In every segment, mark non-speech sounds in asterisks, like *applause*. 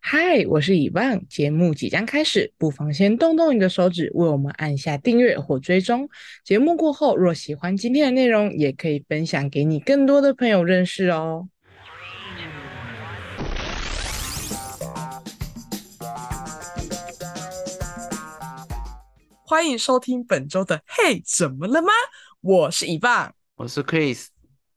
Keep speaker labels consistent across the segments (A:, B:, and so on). A: 嗨，我是以望。节目即将开始，不妨先动动你的手指，为我们按下订阅或追踪。节目过后，若喜欢今天的内容，也可以分享给你更多的朋友认识哦。欢迎收听本周的《嘿，怎么了吗》？我是以望。
B: 我是哦 Chris，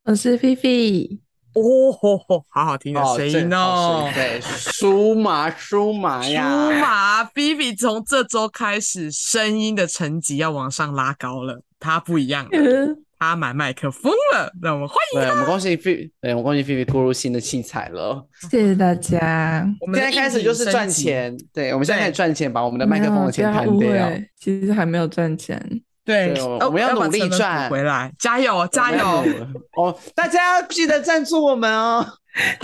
C: 我是菲菲，
A: 哦吼吼，好好听的声音哦。
B: 对，舒麻舒麻
A: 舒
B: 哎呀，
A: 马 B B 从这周开始，声音的层级要往上拉高了，他不一样
C: 嗯
A: 了，他买麦克风了。让我们欢迎
B: 对，我们恭喜菲，对，我们恭喜菲菲过入新的器材了。
C: 谢谢大家。
A: 我
B: 现
A: 们的
B: 在开始就是赚钱，对，我们现在开始赚钱，把我们的麦克风的钱摊
A: 嗯
C: 不要误
B: 掉。
C: 会，其实还没有赚钱。
A: 应景。对
B: 对，我
A: 哦
B: 我们要
A: 把
B: 努力
A: 成本
B: 赚
A: 补回来，加油哦加
B: 我
A: 油！
B: 们要！哦，大家要记得赞助我们哦。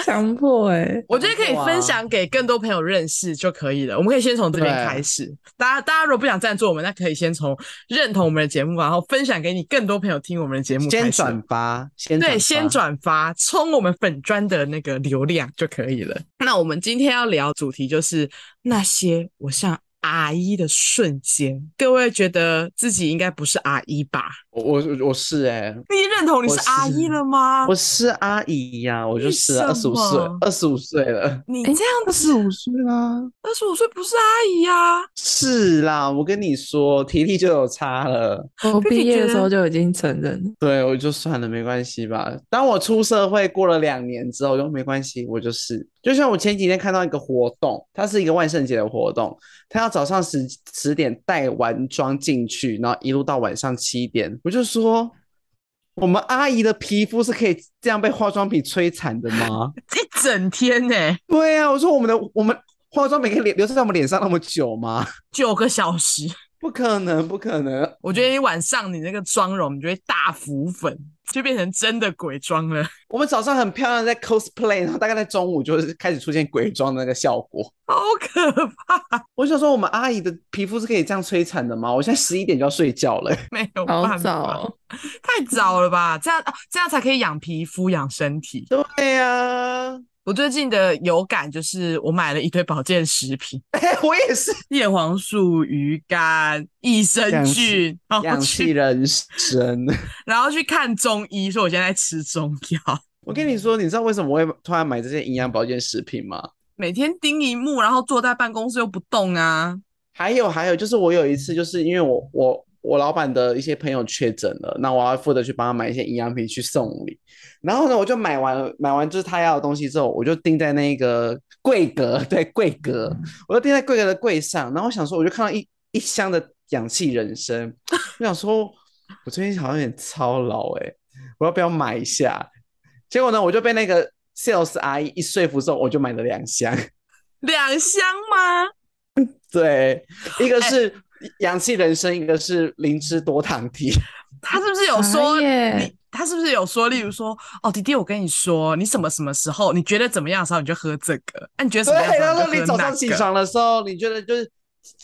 C: 强迫哎、
A: 我觉得可以分享给更多朋友认识就可以了。我们可以先从这边
B: 对
A: 开始。大家大家如果不想赞助我们，那可以先从认同我们的节目，然后分享给你更多朋友听我们的节目开始。
B: 先转发，先
A: 对，
B: 发
A: 先。转发，冲我们粉砖的那个流量就可以了。那我们今天要聊主题就是那些我像阿姨的瞬间。各位觉得自己应该不是阿姨吧？
B: 我我我是哎，
A: 你认同你
B: 我
A: 是阿姨
B: 是
A: 了吗？
B: 我是阿姨呀，我就是
A: 啊为
B: 二
A: 什
B: 十
A: 么
B: 五岁，二十五岁了，
A: 你这样子，
B: 五岁啦。
A: 二十五岁不是阿姨啊？
B: 是啦，我跟你说，体力就有差了。
C: 我
A: 菲菲
C: 毕业
A: 觉
C: 的
A: 得
C: 时候就已经承认了。
B: 对，我就算了，没关系吧。当我出社会过了两年之后，我就没关系，我就是。就像我前几天看到一个活动，它是一个万圣节的活动，他要早上十十点带完妆进去，然后一路到晚上七点。我就说，我们阿姨的皮肤是可以这样被化妆品摧残的吗？ *laughs*
A: 一整天呢、
B: 对呀、啊，我说我们的我们化妆品可以留留在我们脸上那么久吗？ *laughs*
A: 九个小时，
B: 不可能，不可能。
A: 我觉得你晚上你那个妆容，你就会大浮粉，就变成真的鬼妆了，
B: 我们早上很漂亮，在 cosplay，然后大概在中午就是开始出现鬼妆的那个效果。
A: 好可怕。
B: 我想说，我们阿姨的皮肤是可以这样摧残的吗？我现在十一点就要睡觉了、 *laughs*
A: 没有办
C: 好
A: 法，
C: 早哦、
A: 太早了吧？这样啊这样才可以养皮肤、养身体。
B: 对呀、
A: 我最近的有感就是，我买了一堆保健食品，
B: 哎、我也是
A: 叶黄素、鱼肝、益生
B: 养
A: 菌
B: 气，
A: 然后
B: 氧气
A: 去
B: 人生。
A: 然后去看中医，所以我现在在吃中药，
B: 我跟你说，你知道为什么我会突然买这些营养保健食品吗？
A: *laughs* 每天盯荧幕，然后坐在办公室又不动啊。
B: 还有还有，就是我有一次，就是因为我我我老板的一些朋友确诊了，那我要负责去帮他买一些营养品去送礼。然后呢，我就买完了，买完就是他要的东西之后，我就定在那个柜格，对柜格，我就定在柜格的柜上。然后我想说，我就看到一一箱的氧气人参，我想说，我最近好像有点操劳哎、我要不要买一下？结果呢，我就被那个 sales 阿姨一说服之后，我就买了两箱。
A: 两箱吗？
B: *laughs* 对，一
A: 哎
B: 个是氧气人参，一个是灵芝多糖体。
A: 他是不是有
C: 傻
A: 说
C: 眼
A: 你？他是不是有说，例如说，哦，弟弟，我跟你说，你什么什么时候，你觉得怎么样的时候，你就喝这个；，啊那、你觉得怎
B: 对
A: 么样，的时
B: 然
A: 候
B: 后
A: 你
B: 你
A: 就喝那个。
B: 早上起床的时候，你觉得就是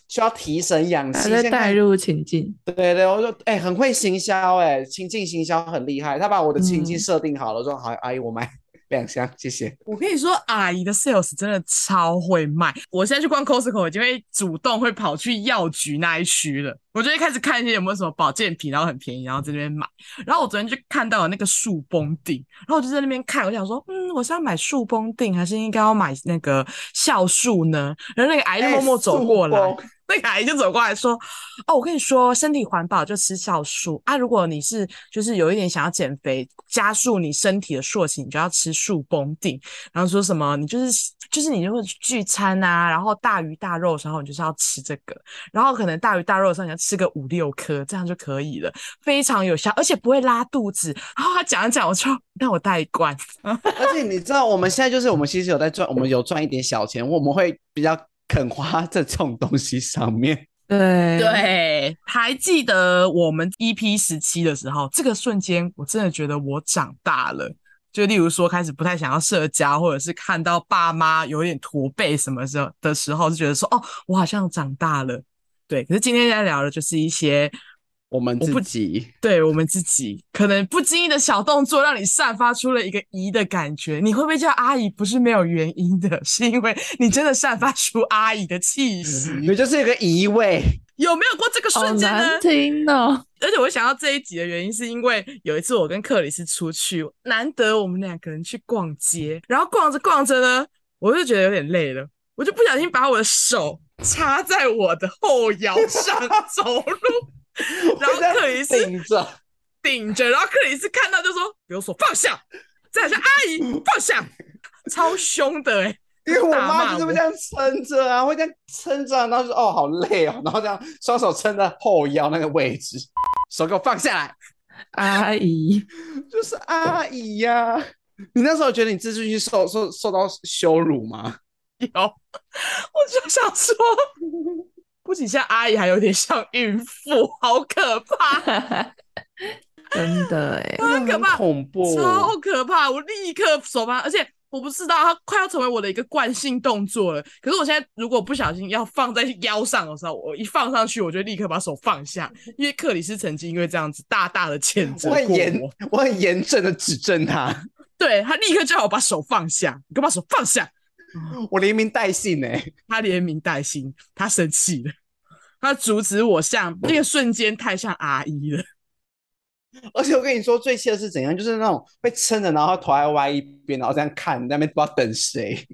B: 需要提神养
C: 还
B: 气，
C: 在
B: 先
C: 带
B: 看。
C: 入情境，
B: 对对，我说哎、很会行销哎、情境行销很厉害。他把我的情境
C: 嗯
B: 设定好了，说好阿姨我买 *laughs* 两箱，谢谢。
A: 我跟你说，阿姨的 sales 真的超会卖。我现在去逛 Costco，我就会主动会跑去药局那一区了。我就会开始看一些有没有什么保健品，然后很便宜，然后在那边买。然后我昨天就看到了那个树绷锭，然后我就在那边看，我想说，嗯，我是要买树绷锭，还是应该要买那个酵素呢？然后那个阿姨就默默走过来，
B: 哎速攻
A: 那个阿姨就走过来说：“哦，我跟你说，身体环保就吃酵素啊。如果你是就是有一点想要减肥，加速你身体的塑形，你就要吃树绷定。然后说什么，你就是就是你如果聚餐啊，然后大鱼大肉的时候，你就是要吃这个。然后可能大鱼大肉的时候，你要吃个五六颗，这样就可以了，非常有效，而且不会拉肚子。然后他讲一讲，我就让我带一罐。
B: 而且你知道，我们现在就是我们其实有在赚，我们有赚一点小钱，我们会比较肯花在这种东西上面。
C: 对
A: 对，还记得我们 E EP 时期的时候，这个瞬间我真的觉得我长大了。就例如说，开始不太想要社交，或者是看到爸妈有点驼背什么时候的时候，就觉得说，哦，我好像长大了。对，可是今天要聊的就是一些
B: 我们
A: 我
B: 自
A: 不
B: 己。
A: 对我们自己可能不经意的小动作，让你散发出了一个姨的感觉。你会不会叫阿姨？不是没有原因的，是因为你真的散发出阿姨的气息。
B: 你就是有个疑位，
A: 有没有过这个
C: 嗯好
A: 瞬间呢？
C: 难听哦。
A: 而且我想到这一集的原因，是因为有一次我跟克里斯出去，难得我们两个人去逛街，然后逛着逛着呢，我就觉得有点累了，我就不小心把我的手插在我的后摇上走路，然后克里斯
B: 顶着，
A: 顶着，然后克里斯看到就说：“比如说放下。”再说阿姨放下，超凶的哎、
B: 因为我
A: 大骂
B: 妈就是会这样撑着啊，会这样撑着、啊，然后就说哦好累哦，然后这样双手撑在后腰那个位置，手给我放下来，
C: 阿姨，
B: 就是阿姨呀、你那时候觉得你自尊心受受受到羞辱吗？
A: 有，我就想说，不仅像阿姨，还有点像孕妇，好可怕。
C: 真的哎，
A: 啊很可怕
B: 恐怖，
A: 超可怕！我立刻手把，而且我不知道它快要成为我的一个惯性动作了。可是我现在如果不小心要放在腰上的时候，我一放上去，我就立刻把手放下，因为克里斯曾经因为这样子大大的谴责
B: 我很
A: 过
B: 严
A: 我，，
B: 我很严正的指正他，
A: 对他立刻叫我把手放下，你给我把手放下。
B: 我连名带姓哎、
A: 他连名带姓，他生气了，他阻止我像那个瞬间太像阿姨了。
B: 而且我跟你说，最气的是怎样，就是那种被撑着，然后头还歪一边，然后这样看，在那边不知道等谁。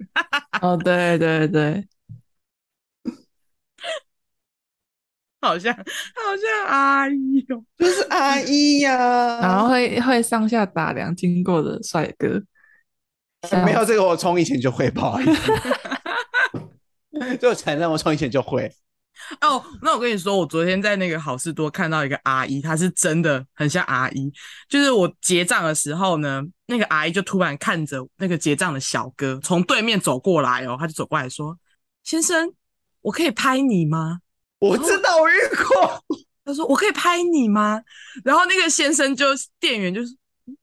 C: 哦，对对对，
A: 好像好像阿姨哦，
B: 就是阿姨呀、
C: 然后会会上下打量经过的帅哥，
B: *laughs* 没有这个，我从以前就会，不好意思。 *laughs* 就承认我从以前就会，
A: *laughs* 哦，那我跟你说，我昨天在那个好事多看到一个阿姨，她是真的很像阿姨。就是我结账的时候呢，那个阿姨就突然看着那个结账的小哥从对面走过来哦，她就走过来说：“先生，我可以拍你吗
B: 我知道我遇过，？”
A: 她说：“我可以拍你吗？”然后那个先生就店员就是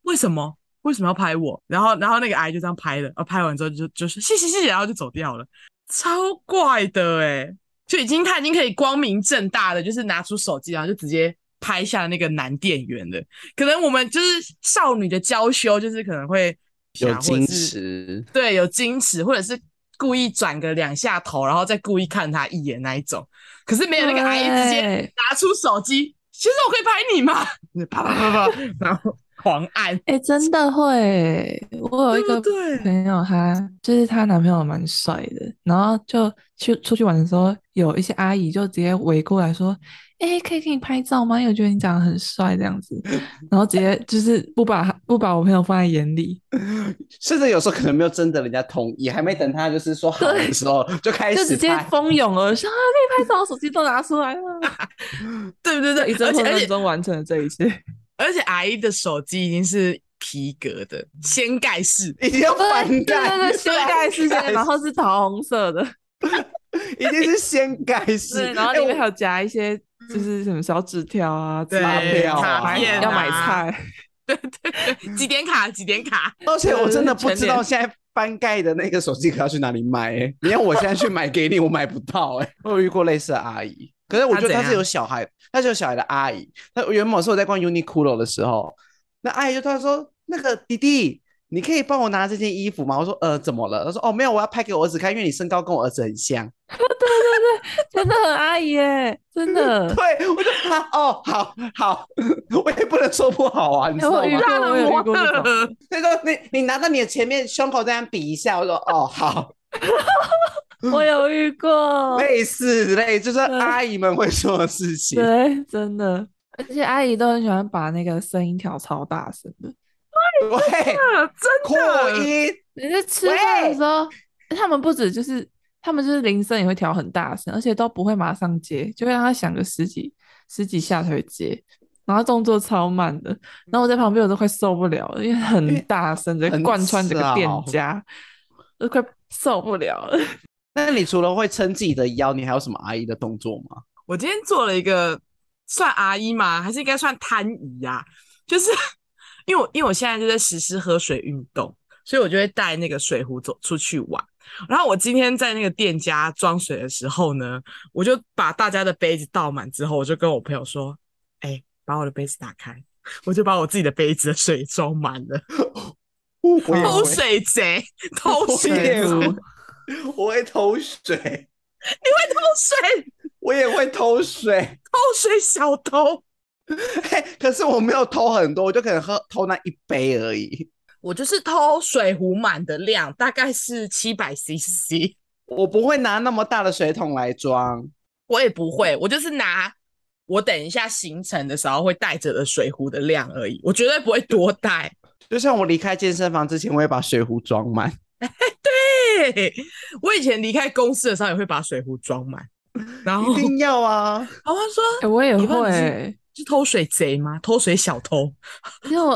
A: 为什么为什么要拍我？然后然后那个阿姨就这样拍了，啊，拍完之后就就是谢谢谢谢，然后就走掉了，超怪的诶、就已经他已经可以光明正大的就是拿出手机，然后就直接拍下那个男店员了。可能我们就是少女的娇羞，就是可能会
B: 有
A: 想或者
B: 矜
A: 是
B: 持，
A: 对，有矜持，或者是故意转个两下头，然后再故意看他一眼那一种。可是没有那个阿姨直接
C: 对
A: 拿出手机，先生，我可以拍你吗？啪啪啪啪，然后狂按。
C: 哎、真的会欸。我有一
A: 对
C: 个
A: 不对
C: 朋友她，就是她男朋友蛮帅的，然后就去出去玩的时候，有一些阿姨就直接围过来说：“哎、可以给你拍照吗？因为我觉得你长得很帅这样子。”然后直接就是不把她不把我朋友放在眼里，
B: 甚至有时候可能没有征得人家同意，还没等他就是说好的时候，就开
C: 就
B: 始
C: 直接
B: 拍。
C: 蜂拥而上啊！可以拍照，手机都拿出来了。
A: 对对
C: 在
A: 对
C: 一
A: 对，而
C: 阵
A: 且
C: 混
A: 而且
C: 乱中完成了这一切。
A: 而且阿姨的手机已经是皮革的掀盖式，
B: 一定要翻
C: 对对
B: 盖，
C: 对，掀盖式
B: 翻盖
C: 的，然后是桃红色的，
B: 一定是掀盖式
C: 对，，然后里
B: 哎
C: 面还有夹一些就是什么小纸条啊，
A: 对
B: 发票啊
A: 卡片、啊、
C: 要买，菜。
A: 几点卡几点卡，
B: 我而且我真的不知道
C: 对
B: 现在翻盖的那个手机壳要去哪里 *laughs* 买、哎，你要我现在去买给你，我买不到、 *laughs* 哎，我有遇过类似的阿姨，可是我觉得
A: 她
B: 她
A: 怎
B: 是有小孩，她是有小孩的阿姨。那原本是我在逛 Uniqlo 的时候，那阿姨就突然说：“那个弟弟，你可以帮我拿这件衣服吗？”我说：“呃，怎么了？”她说：“哦，没有，我要拍给我儿子看，因为你身高跟我儿子很像。。
C: *laughs* 真的很阿姨耶，真的
B: *laughs* 对，我就啊，哦，好好，我也不能说不好啊，你知道
C: 我遇
B: 吗
C: 过？*laughs* 哎
A: 大
C: 我有遇
A: 模
C: 过这种
A: 特。
B: 他说：“ *laughs* 你你拿到你的前面胸口这样比一下。”我说：“哦，好。” *laughs*
C: 我有遇
A: 哦
C: 过，
B: 类似类，就是
C: 对
B: 阿姨们会说的事情。
C: 对，真的。而且阿姨都很喜欢把那个声音调超大声的。
B: 对，
A: 真
B: 扩
A: 的，
B: 音，
C: 你在吃饭的时候，他们不止就是，他们就是铃声也会调很大声，而且都不会马上接，就会让他响个十几十几下才会接，然后动作超慢的。然后我在旁边我都快受不了了，因为
B: 因为
C: 很大声，直接
B: 很
C: 贯穿整个店
B: 吵
C: 家，都快受不了
B: *laughs*
C: 了。
B: 那你除了会撑自己的腰，你还有什么阿姨的动作吗？
A: 我今天做了一个算阿姨吗？还是应该算摊姨呀、就是 *laughs* 因为我因为我现在就在实施喝水运动，所以我就会带那个水壶走出去玩。然后我今天在那个店家装水的时候呢，我就把大家的杯子倒满之后，我就跟我朋友说：“哎、把我的杯子打开，我就把我自己的杯子的水装满了，
B: 我也
A: 偷
B: 会，
A: 水贼，偷
B: 我
A: 水
B: 也会
A: 贼，偷，
B: 我会偷水，
A: 水，
B: 我也会偷水。
A: 偷水小偷。
B: 嘿，可是我没有偷很多，我就可能喝偷那一杯而已。
A: 我就是偷水壶满的量，大概是七百 CC，
B: 我不会拿那么大的水桶来装。
A: *laughs* 我也不会，我就是拿我等一下行程的时候会带着的水壶的量而已，我绝对不会多带。
B: 就像我离开健身房之前，我也把水壶装
A: *laughs*
B: 满。
A: 嘿，我以前离开公司的时候也会把水壶装满，然后
B: 一定要啊！
A: 好像说
C: 哎、我也
A: 你忘
C: 会、
A: 记
C: 欸，
A: 是偷水贼吗？偷水小偷？
C: 因为我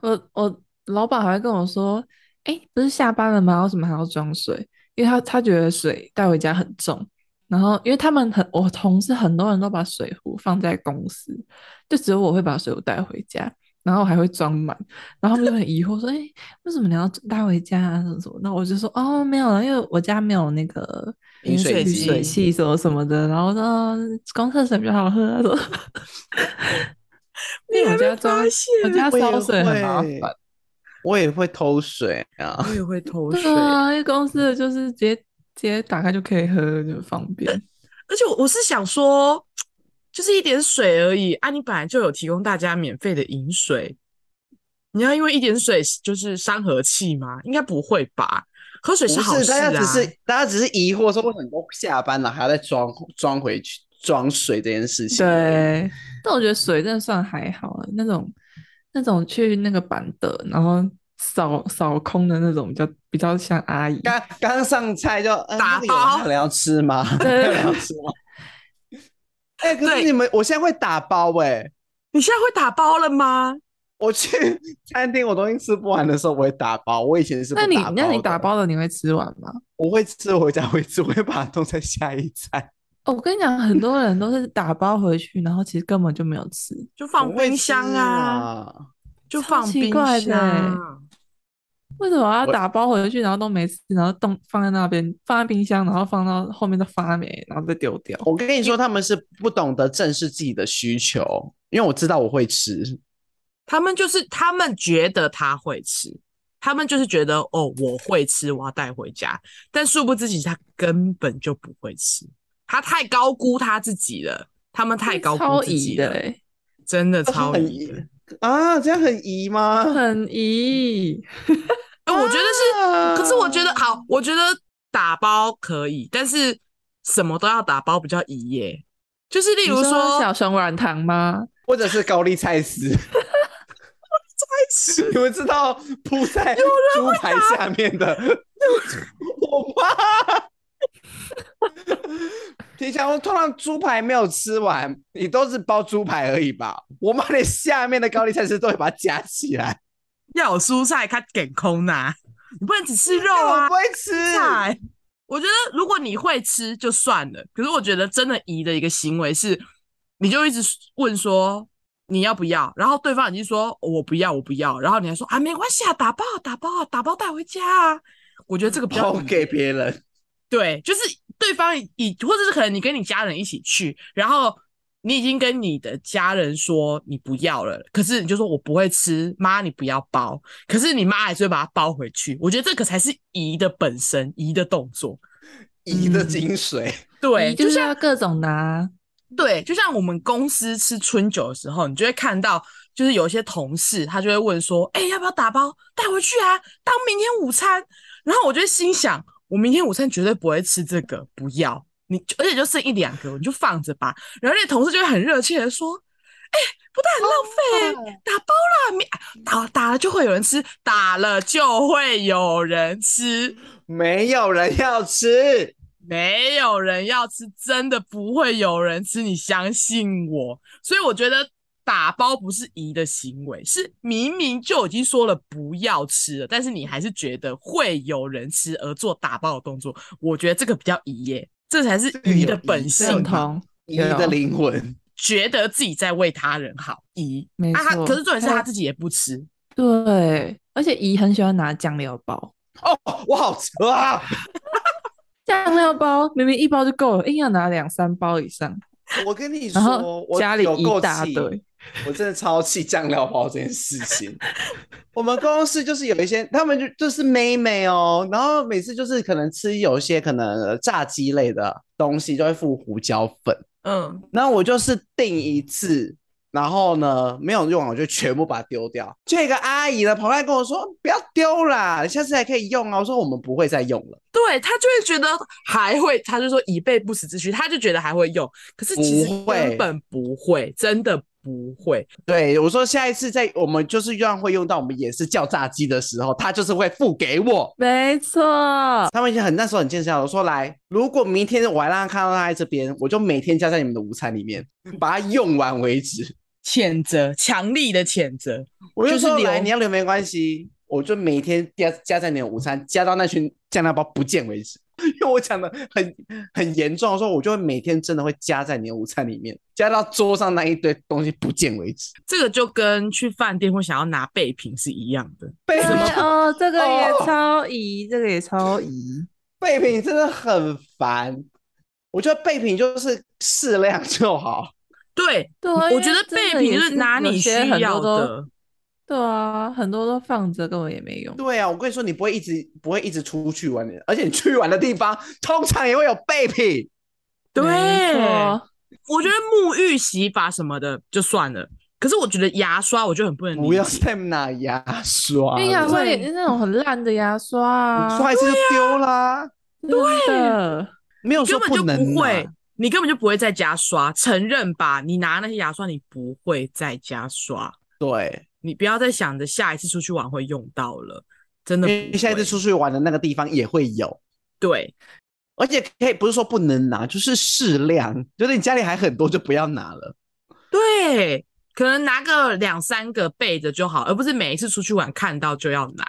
C: 我我我老板还会跟我说，哎、不是下班了吗？为什么还要装水？因为他他觉得水带回家很重。然后，因为他们很，我同事很多人都把水壶放在公司，就只有我会把水壶带回家，然后还会装满。然后他们就很疑惑说：“哎、为什么你要带回家啊？什么什么？”那我就说：“哦，没有了，因为我家没有那个
B: 饮
A: 饮水
B: 水
C: 滤
A: 机
C: 水器什么什么的。”然后说哦：“公厕水比较好喝。”啊什么因为
A: 还
C: 我
A: 没
C: 家装
A: 发现？
C: 我家
B: 我也
C: 烧水很麻
B: 会
C: 烦。
B: 我也会偷水啊！
A: 我也会偷
C: 对
A: 水，
C: 啊，因为公司的就是直接直接打开就可以喝，就方便。
A: 而且我我是想说，就是一点水而已啊！你本来就有提供大家免费的饮水，你要因为一点水就是伤和气吗？应该不会吧？喝水
B: 不
A: 好事
B: 大
A: 啊，
B: 家只是大家只是疑惑说，为什么都下班了还要再装装回去装水这件事情？，
C: 对，但我觉得水真的算还好了，那种那种去那个板的，然后扫扫空的那种，比较比较像阿姨。
B: 刚刚上菜就、呃、那
A: 打
B: 个有人
A: 包
B: 有人要吃吗？
A: *laughs*
B: 有
C: 对
B: 人要吃吗？哎、可
A: 对
B: 是你们，我现在会打包哎、
A: 你现在会打包了吗？
B: 我去餐厅，我东西吃不完的时候，我会打包。我以前是不
C: 那你
B: 包
C: 那你打
B: 的，
C: 包了，你会吃完吗？
B: 我会吃，我回家会吃，我会把它弄在下一餐。
C: 哦，我跟你讲，很多人都是打包回去，然后其实根本就没有吃。
A: 就放
B: 我会
A: 冰箱
B: 吃
A: 啊，
B: 啦！
A: 就
C: 超
A: 放
C: 奇
A: 冰
C: 怪的欸
A: 箱啊。
C: 为什么要
B: 我
C: 打包回去，然后都没吃，然后冻放在那边，放在冰箱，然后放到后面都发霉，然后再丢掉？
B: 我跟你说，他们是不懂得正视自己的需求，因为我知道我会吃。
A: 他们就是他们觉得他会吃，他们就是觉得哦我会吃，我要带回家，但殊不知其实他根本就不会吃，他太高估他自己了，他们太高估
C: 超
A: 自己
C: 疑
A: 了，
C: 的、欸，
A: 真的
B: 这
A: 超
B: 很
A: 疑的。
B: 啊，这样很疑吗？
C: 很疑。
A: 哎、我觉得是
B: 啊
A: 可是我觉得好，我觉得打包可以，但是什么都要打包比较宜耶。就是例
C: 比
A: 如说，
C: 小熊软糖吗？
B: 或者是高丽菜丝， *laughs* 你们知道铺在猪排下面
A: *laughs*
B: 的，我妈。你想，通常猪排没有吃完，你都是包猪排而已吧？我妈连下面的高丽菜丝都会把它夹起来，
A: 要有蔬菜，它给空呐，你不能只吃肉
B: *laughs* 我
A: 啊
B: 不。会吃。
A: 菜，我觉得如果你会吃就算了，可是我觉得真的疑的一个行为是，你就一直问说你要不要，然后对方已经说、哦我不要，我不要，然后你还说啊没关系啊，打包啊打包啊打包带回家啊。我觉得这个比较
B: 抛
A: 疑
B: 给别人，
A: 对，就是对方已，或者是可能你跟你家人一起去，然后你已经跟你的家人说你不要了，可是你就说我不会吃，妈你不要包，可是你妈还是会把它包回去。我觉得这个才是移的本身，移的动作。
B: 姨
A: 嗯
B: 的精髓。
A: 对，
C: 你就
A: 就是像
C: 要各种拿。
A: 对，就像我们公司吃春酒的时候，你就会看到，就是有一些同事他就会问说：“哎、要不要打包带回去啊，当明天午餐？”然后我就会心想，我明天午餐绝对不会吃这个，不要你，而且就剩一两个，你就放着吧。然后那同事就会很热切的说：“哎、不但很浪费、打包啦，明打打了就会有人吃，打了就会有人吃。”
B: 没有人要吃，
A: 没有人要吃，真的不会有人吃，你相信我。所以我觉得打包不是宜的行为，是明明就已经说了不要吃了，但是你还是觉得会有人吃而做打包的动作，我觉得这个比较宜耶，这才是
B: 个
A: 宜
B: 有
A: 的
B: 宜
A: 本
B: 这
A: 性
C: 认
B: 样
A: 吧，
C: 同，
B: 姨
C: 有
B: 的灵
C: *laughs*
B: 魂。
A: 觉得自己在为他人好，宜
C: 没
A: 啊他。
C: 错
A: 可是重点是
C: 还
A: 他
C: 有
A: 自己也不吃，
C: 对，而且姨很喜欢拿酱料包，
B: 哦，我好扯啊！
C: 酱料包明明一包就够了，硬要拿两三包以上。
B: *laughs* 我跟你
C: 然
B: 说
C: 后，
B: 我
C: 家里
B: 有够
C: 一大
B: 气
C: 堆，
B: 我真的超气酱料包这件事情。我们公司就是有一些，他们就就是妹妹哦，然后每次就是可能吃有一些可能呃炸鸡类的东西，就会附胡椒粉。
A: 嗯，
B: 然后我就是订一次，然后呢没有用，我就全部把它丢掉。就有一个阿姨呢跑过来跟我说：“不要丢啦，下次还可以用啊。”我说：“我们不会再用了，
A: 对他就会觉得还会，他就说以备不时之需，他就觉得还会用，可是其实
B: 不会
A: 根本不会，真的不会。
B: 对我说下一次再我们就是一样会用到，我们也是叫炸鸡的时候，他就是会付给我。”
C: 没错，
B: 他们已经很那时候很见识了，我说来，如果明天我还让他看到他在这边，我就每天加在你们的午餐里面，把它用完为止。
A: 谴责，强力的谴责，
B: *laughs* 我就
A: 就是
B: 说
A: 留
B: 来，你要留没关系，我就每天加加在你的午餐，加到那群酱料包不见为止。 *laughs* 因为我讲的很很严重，我说我就会每天真的会加在你的午餐里面，加到桌上那一堆东西不见为止。
A: 这个就跟去饭店会想要拿备品是一样的。
B: 备品
C: 对哦，这个也
B: 哦
C: 超疑，这个也超疑。
B: *laughs* 备品真的很烦，我觉得备品就是适量就好。
A: 对，
C: 对啊，
A: 我
C: 因
A: 觉
C: 为
A: 得
C: 真
A: 备
C: 的
A: 品
C: 也
A: 就是
C: 是
A: 拿
C: 有
A: 你需
C: 些很
A: 要
C: 多都
A: 的。
C: 对啊，很多都放着，根本也没用。
B: 对啊，我跟你说，你不会一直不会一直出去玩的，而且你去玩的地方通常也会有备品。
A: 对，
C: 没错
A: 我觉得沐浴、洗发什么的就算了，可是我觉得牙刷我就很不能
B: *laughs* 不
A: 理
B: 要
A: 解。
B: 再拿牙刷了，
A: 哎
C: 因为牙刷也
A: 对
C: 是那种很烂的牙刷
B: 你
C: 啊，
B: 刷一次就丢啦，
C: 对的，
B: 没有
A: 根
B: 说
A: 本就
B: 能拿
A: 会，你根本就不会在家刷。承认吧，你拿那些牙刷，你不会在家刷。
B: 对，
A: 你不要再想着下一次出去玩会用到了，真
B: 因
A: 的
B: 为
A: 不
B: 哎下一次
A: 会
B: 出去玩的那个地方也会有，
A: 对
B: 而且可以不是说不能拿，就是适量，就是你家里还很多就不要拿了。
A: 对，可能拿个两三个备着就好，而不是每一次出去玩看到就要拿。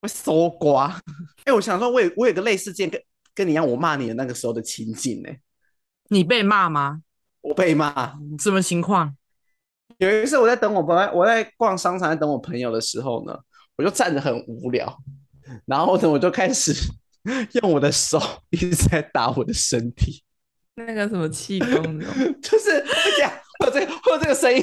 B: 会搜刮。 *laughs* 哎、我想说我有，我有个类似件跟跟你一样，我骂你的那个时候的情境呢、
A: 你被骂吗？
B: 我被骂。
A: 什么情况？
B: 有一次我在等我本来我在逛商场在等我朋友的时候呢，我就站着很无聊，然后呢我就开始 *laughs* 用我的手一直在打我的身体， *laughs*
C: 那个什么气功那种，
B: 就是会这样，会有这个会有这个声音。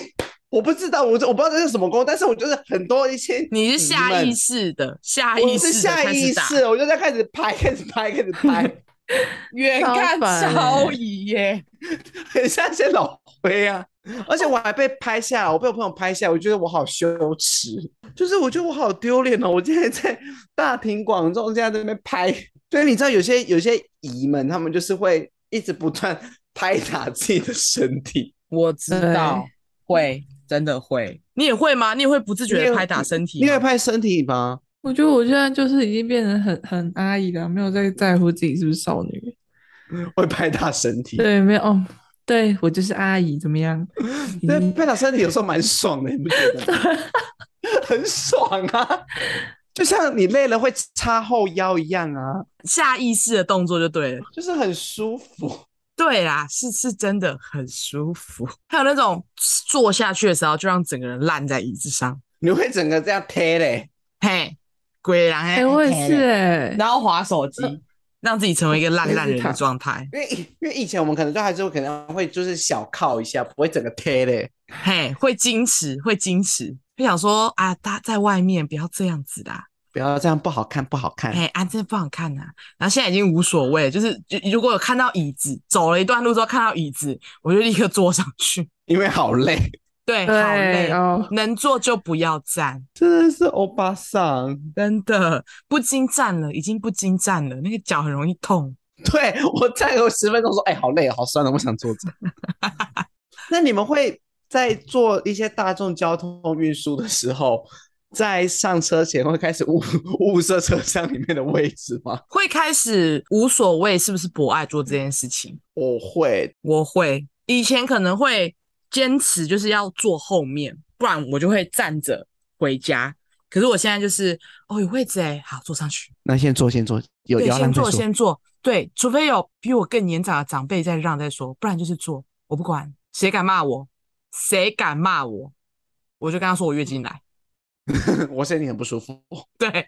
B: 我不知道，我我不知道这是什么功，但是我就是很多一些
A: 你是下意
B: 识，
A: 识的，下
B: 我
A: 意
B: 是
A: 识的
B: 下
A: 开
B: 意
A: 始打。
B: 识，我就在开始拍，开始拍，开始拍。
A: 远
C: 超
A: 看
C: 烦
A: 超
C: 欸
A: 移耶，
B: 很像一些老灰啊。而且我还被拍下来，我被我朋友拍下来，我觉得我好羞耻，就是我觉得我好丢脸哦。我今天在大庭广众这样在那边拍，所以你知道有些有些姨们，她们就是会一直不断拍打自己的身体，
A: 我知
C: 对
A: 道会真的会，你也会吗？你也会不自觉
B: 你
A: 的
B: 也
A: 拍打身体
B: *laughs* 你会
A: 吗？
B: 拍身体吗？
C: *laughs* 我觉得我现在就是已经变得很很阿姨了，没有在在乎自己是不是少女。
B: 会拍打身体，
C: 对，没有哦，对我就是阿姨，怎么样？
B: 对，
C: 嗯
B: 拍打身体有时候蛮爽的，你不觉得吗？ *laughs* 很爽啊，就像你累了会插后腰一样啊，
A: 下意识的动作就对了。
B: 就是很舒服。
A: 对啦，是是真的很舒服。还有那种坐下去的时候，就让整个人烂在椅子上，
B: 你会整个这样贴嘞，
A: 嘿，鬼狼哎、
C: 哎，我也是哎，
A: 然后滑手机，让自己成为一个烂烂人的状态，
B: 因为以因为以前我们可能就还是会可能会就是小靠一下，不会整个贴嘞。
A: 嘿，会矜持，会矜持，会想说啊，大家在外面不要这样子啦，
B: 不要这样，不好看，不好看。
A: 哎、啊，真的不好看呐、然后现在已经无所谓，就是就如果有看到椅子，走了一段路之后看到椅子，我就立刻坐上去。
B: 因为好累，
A: 对，好
C: 对
A: 累，
C: 哦，
A: 能坐就不要站，
B: 真的是欧巴桑。
A: 真的不经站了，已经不经站了，那个脚很容易痛。
B: 对我站有十分钟说，哎、好累，好酸了，我想坐
A: *laughs*
B: 着。那你们会在做一些大众交通运输的时候，在上车前会开始 *laughs* 物物色车厢里面的位置吗？
A: 会开始无所谓是不是博爱做这件事情，
B: 我会，
A: 我会以前可能会坚持就是要坐后面，不然我就会站着回家。可是我现在就是哦有位置哎、好坐上去，
B: 那先坐，先坐，有
A: 对，
B: 要
A: 先
B: 让再
A: 做
B: 说
A: 先做，对，除非有比我更年长的长辈再让再说，不然就是做，我不管，谁敢骂我，谁敢骂我，我就跟他说我月经来，
B: *laughs* 我身体很不舒服。
A: *laughs* 对，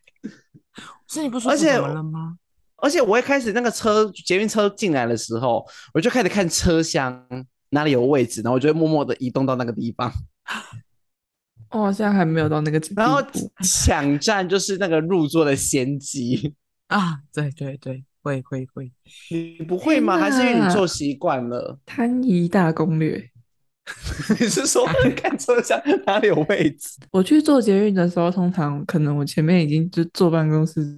A: 身体不舒服
B: 而且
A: 怎么了吗？
B: 而且我一开始那个车捷运车进来的时候，我就开始看车厢，哪里有位置，然后我就会默默的移动到那个地方，
C: 哦我好像还没有到那个地步。
B: 然后抢占就是那个入座的先机。
A: 啊，对对对，会会会，
B: 你不会吗？
C: 天
B: 还是因为你
C: 哪
B: 做习惯了？ *laughs*
C: 贪移大攻略。
B: 你是说看车厢哪里有位置？
C: 我去做捷运的时候，通常可能我前面已经就坐办公室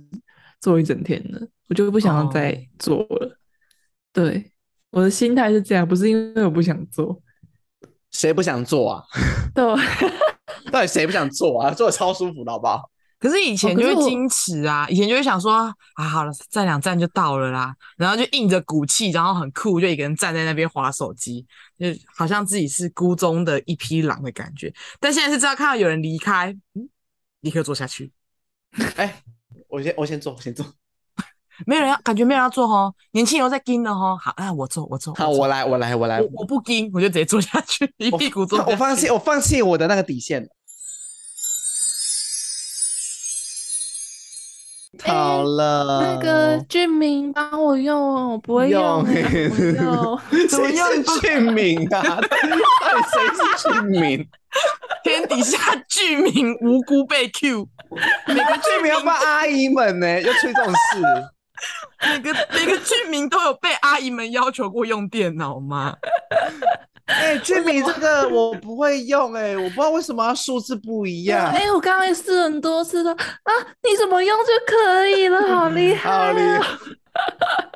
C: 坐一整天了，我就不想要再
A: 哦
C: 坐了。对，我的心态是这样，不是因为我不想做。
B: 谁不想坐啊？
C: 对，
B: 到底谁不想坐啊？坐的超舒服的好不好？
A: 可是
B: 哦
A: 以前
C: 可
A: 就是会
C: 我
A: 矜持啊，以前就会想说啊，好了，站两站就到了啦，然后就硬着骨气，然后很酷，就一个人站在那边划手机，就好像自己是孤中的一匹狼的感觉。但现在是知道看到有人离开，嗯，立刻坐下去，
B: 哎我先我先坐，我先坐。
A: 没有人要，感觉没有人要坐哦，年轻人在跟了哦，好，啊，我坐，我坐，
B: 好，
A: 坐
B: 我来，我来，我来。
A: 我我不跟，我就直接坐下去，一屁股坐下去。
B: 我放弃，我放弃我的那个底线了。好
C: *laughs*
B: 了，
C: 那个俊明帮我用哦，我不会
B: 呃用
C: 用欸，
B: 欸
C: 我用。
A: 怎
B: *laughs*
A: 么
B: 谁
A: 样
B: 是俊敏啊？到 *laughs* 底谁是俊敏？
A: 天底下居民无辜被 Q，每个
B: 哎俊
A: 居
B: 敏
A: 民
B: 要帮阿姨们呢、要出这种事。
A: 每个每个居民都有被阿姨们要求过用电脑吗？
B: 哎、俊敏这个我不会用哎、我不知道为什么它数字不一样
C: *laughs* 哎、。我刚刚也试很多次了啊，你怎么用就可以了，好厉害、
B: 好
C: 啊！
B: 厉害！ *laughs*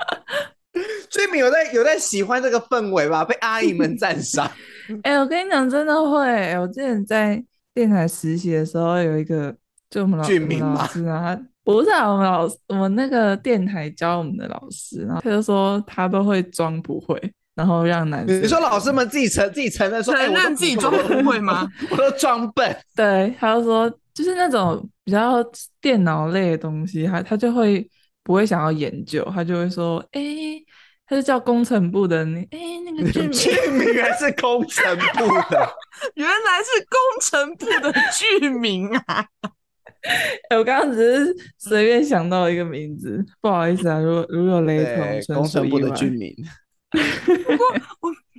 B: 俊敏有在有在喜欢这个氛围吧？被阿姨们赞赏。
C: 哎、我跟你讲，真的会、我之前在电台实习的时候，有一个就我们老
B: 俊
C: 我们
B: 明
C: 老
B: 吗
C: 师啊，他不是啊，我们老我们那个电台教我们的老师，然后他就说他都会装不会，然后让男生
B: 你说老师们自己承自己承认说，哎、
A: 承
B: 我都
A: 认
B: 不
A: 自己装不会吗？ *laughs*
B: 我都装笨。
C: 对，他就说就是那种比较电脑类的东西，他他就会不会想要研究，他就会说，哎、他就叫工程部的你，哎、那个俊明。
B: 俊敏原来是工程部
A: *laughs*
B: 的，
A: 原来是工程部的居民啊！
C: 哎、我刚刚只是
A: 嗯
C: 随便想到一个名字，不好意思啊，如果如有雷
B: 对，
C: 同，
B: 工
C: 纯属
B: 程部
C: 意
B: 的
C: 外
B: 俊敏。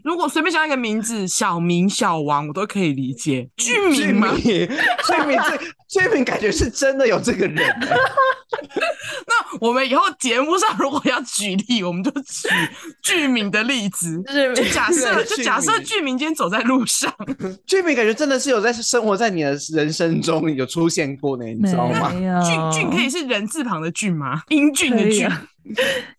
A: 如果随便想一个名字，小明、小王，我都可以理解。居
B: 俊敏
A: 民吗？，
B: 俊敏这俊敏感觉是真的有这个人、
A: 那我们以后节目上如果要举例，我们就举居民的例子。
C: 就是
A: 就假设，
B: 对
A: 就
B: 居
A: 假设
B: 民
A: 居民今天走在路上，
B: 俊敏感觉真的是有在生活在你的人生中有出现过呢，你
C: 没
B: 知道吗？
C: 有
A: 俊俊可以是人字旁的俊吗？英俊
C: 哦可
A: 的
C: 以
A: 俊，
C: 啊，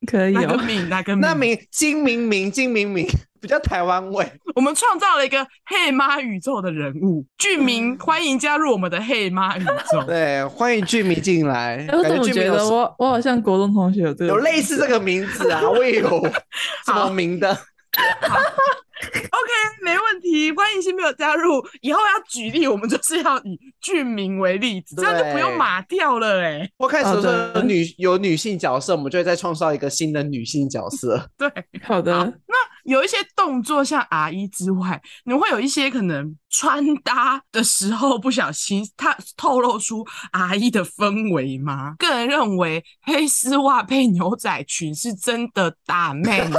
C: 可以
A: 那个
C: 哦，
A: 敏，那个
B: 那
A: 敏，
B: 明金明明金明明比较台湾味，
A: 我们创造了一个黑妈宇宙的人物。俊明，欢迎加入我们的黑妈宇宙。
B: 对，欢迎俊明进来。
C: 哎、我
B: 感
C: 怎么
B: 俊明
C: 觉
B: 有
C: 得我我好像国中同学有这个
B: 有
C: 名
B: 类似这个名字啊？我也
A: *laughs*
B: 有什么名的？
A: OK，没问题，欢迎新朋友加入。以后要举例，我们就是要以俊明为例子，这样就不用
B: 对
A: 码掉了、欸。哎，
B: 我开始
C: 好
B: 说
C: 的
B: 有女有女性角色，我们就会再创造一个新的女性角
A: *laughs*
B: 色。
A: 对，
C: 字好的，
A: 有一些动作像阿姨之外，你会有一些可能穿搭的时候不小心，它透露出阿姨的氛围吗？个人认为，黑丝袜配牛仔裙是真的大妹。 *laughs*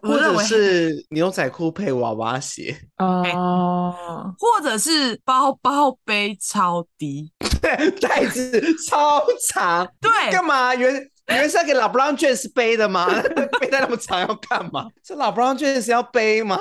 A: 我
B: 或
A: 认
B: 者
A: 为
B: 是牛仔裤配娃娃鞋， *laughs* 哎
C: 哦，
A: 或者是包包背超低，
B: 对，带子超长，
A: *laughs* 对，
B: 干嘛？原原是要给老 Brown James 背的吗？ *laughs* 背带那么长要干嘛？这老 Brown James 要背吗？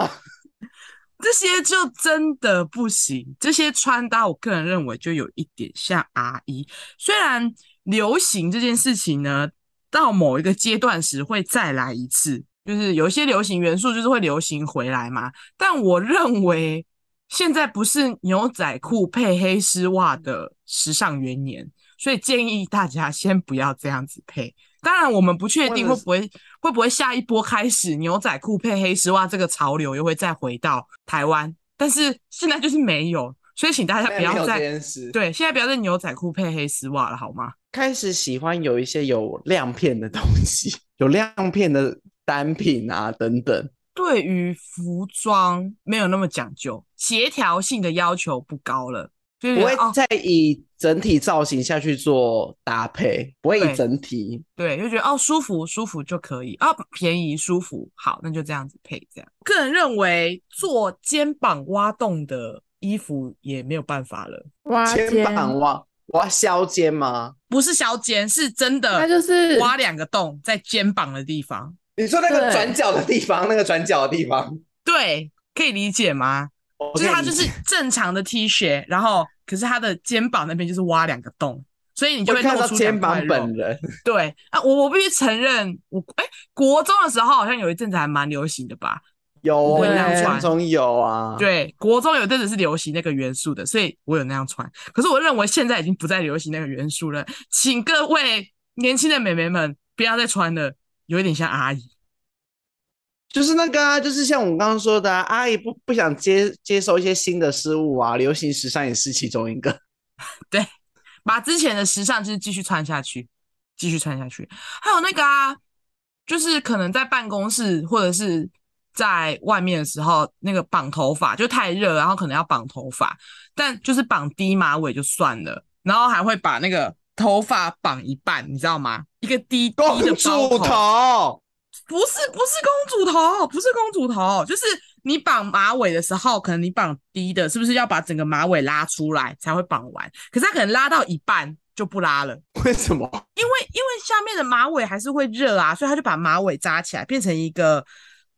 A: 这些就真的不行。这些穿搭，我个人认为就有一点像阿姨。虽然流行这件事情呢，到某一个阶段时会再来一次，就是有一些流行元素就是会流行回来嘛。但我认为现在不是牛仔裤配黑丝袜的时尚元年，所以建议大家先不要这样子配。当然，我们不确定
B: 或者
A: 会
B: 是
A: 不会会不会下一波开始牛仔裤配黑丝袜这个潮流又会再回到台湾，但是现在就是没有，所以请大家不
B: 没有
A: 要
B: 这
A: 再
B: 件事。
A: 对现在不要再牛仔裤配黑丝袜了，好吗？
B: 开始喜欢有一些有亮片的东西，有亮片的单品啊等等。
A: 对于服装没有那么讲究，协调性的要求不高了。就是
B: 不
A: 觉得
B: 会
A: 哦，
B: 再以整体造型下去做搭配，不会
A: 对
B: 以整体。
A: 对，就觉得哦舒服舒服就可以，哦便宜舒服，好，那就这样子配这样。个人认为做肩膀挖洞的衣服也没有办法了，
C: 挖
B: 肩
C: 肩，
B: 膀哇，我要削肩吗？
A: 不是削肩，是真的，
C: 它就是
A: 挖两个洞在肩膀的地方。
B: 你说那个
C: 对
B: 转角的地方，那个转角的地方，
A: 对，可以理解吗？
B: *laughs* 我
A: 就是
B: 可以
A: 它
B: 理
A: 就是
B: 解
A: *laughs* 正常的 T 恤，然后可是它的肩膀那边就是挖两个洞，所以你就
B: 我
A: 会
B: 看
A: 露
B: 到
A: 出
B: 肩
A: 两块
B: 膀
A: 肉
B: 本人，
A: 对啊，我我必须承认，我哎、国中的时候好像有一阵子还蛮流行的吧？
B: 有
A: 我
B: 我
C: 会
B: 印
C: 那样
B: 象
A: 穿
B: 中有啊，，
A: 对，国中有一阵子是流行那个元素的，所以我有那样穿。可是我认为现在已经不再流行那个元素了，请各位年轻的美眉们不要再穿了，有一点像阿姨。
B: 就是那个啊，就是像我刚刚说的、啊，阿姨不不想接接受一些新的事物啊，流行时尚也是其中一个。
A: 把之前的时尚就是继续穿下去，继续穿下去。还有那个啊，就是可能在办公室或者是在外面的时候，那个绑头发就太热，然后可能要绑头发，但就是绑低马尾就算了，然后还会把那个头发绑一半，你知道吗？一个低低
B: 公
A: 的包
B: 主头， *laughs*
A: 不是不是公主头，不是公主头，就是你绑马尾的时候，可能你绑低的，是不是要把整个马尾拉出来才会绑完？可是它可能拉到一半就不拉了，
B: 为什么？
A: 因为因为下面的马尾还是会热啊，所以他就把马尾扎起来，变成一个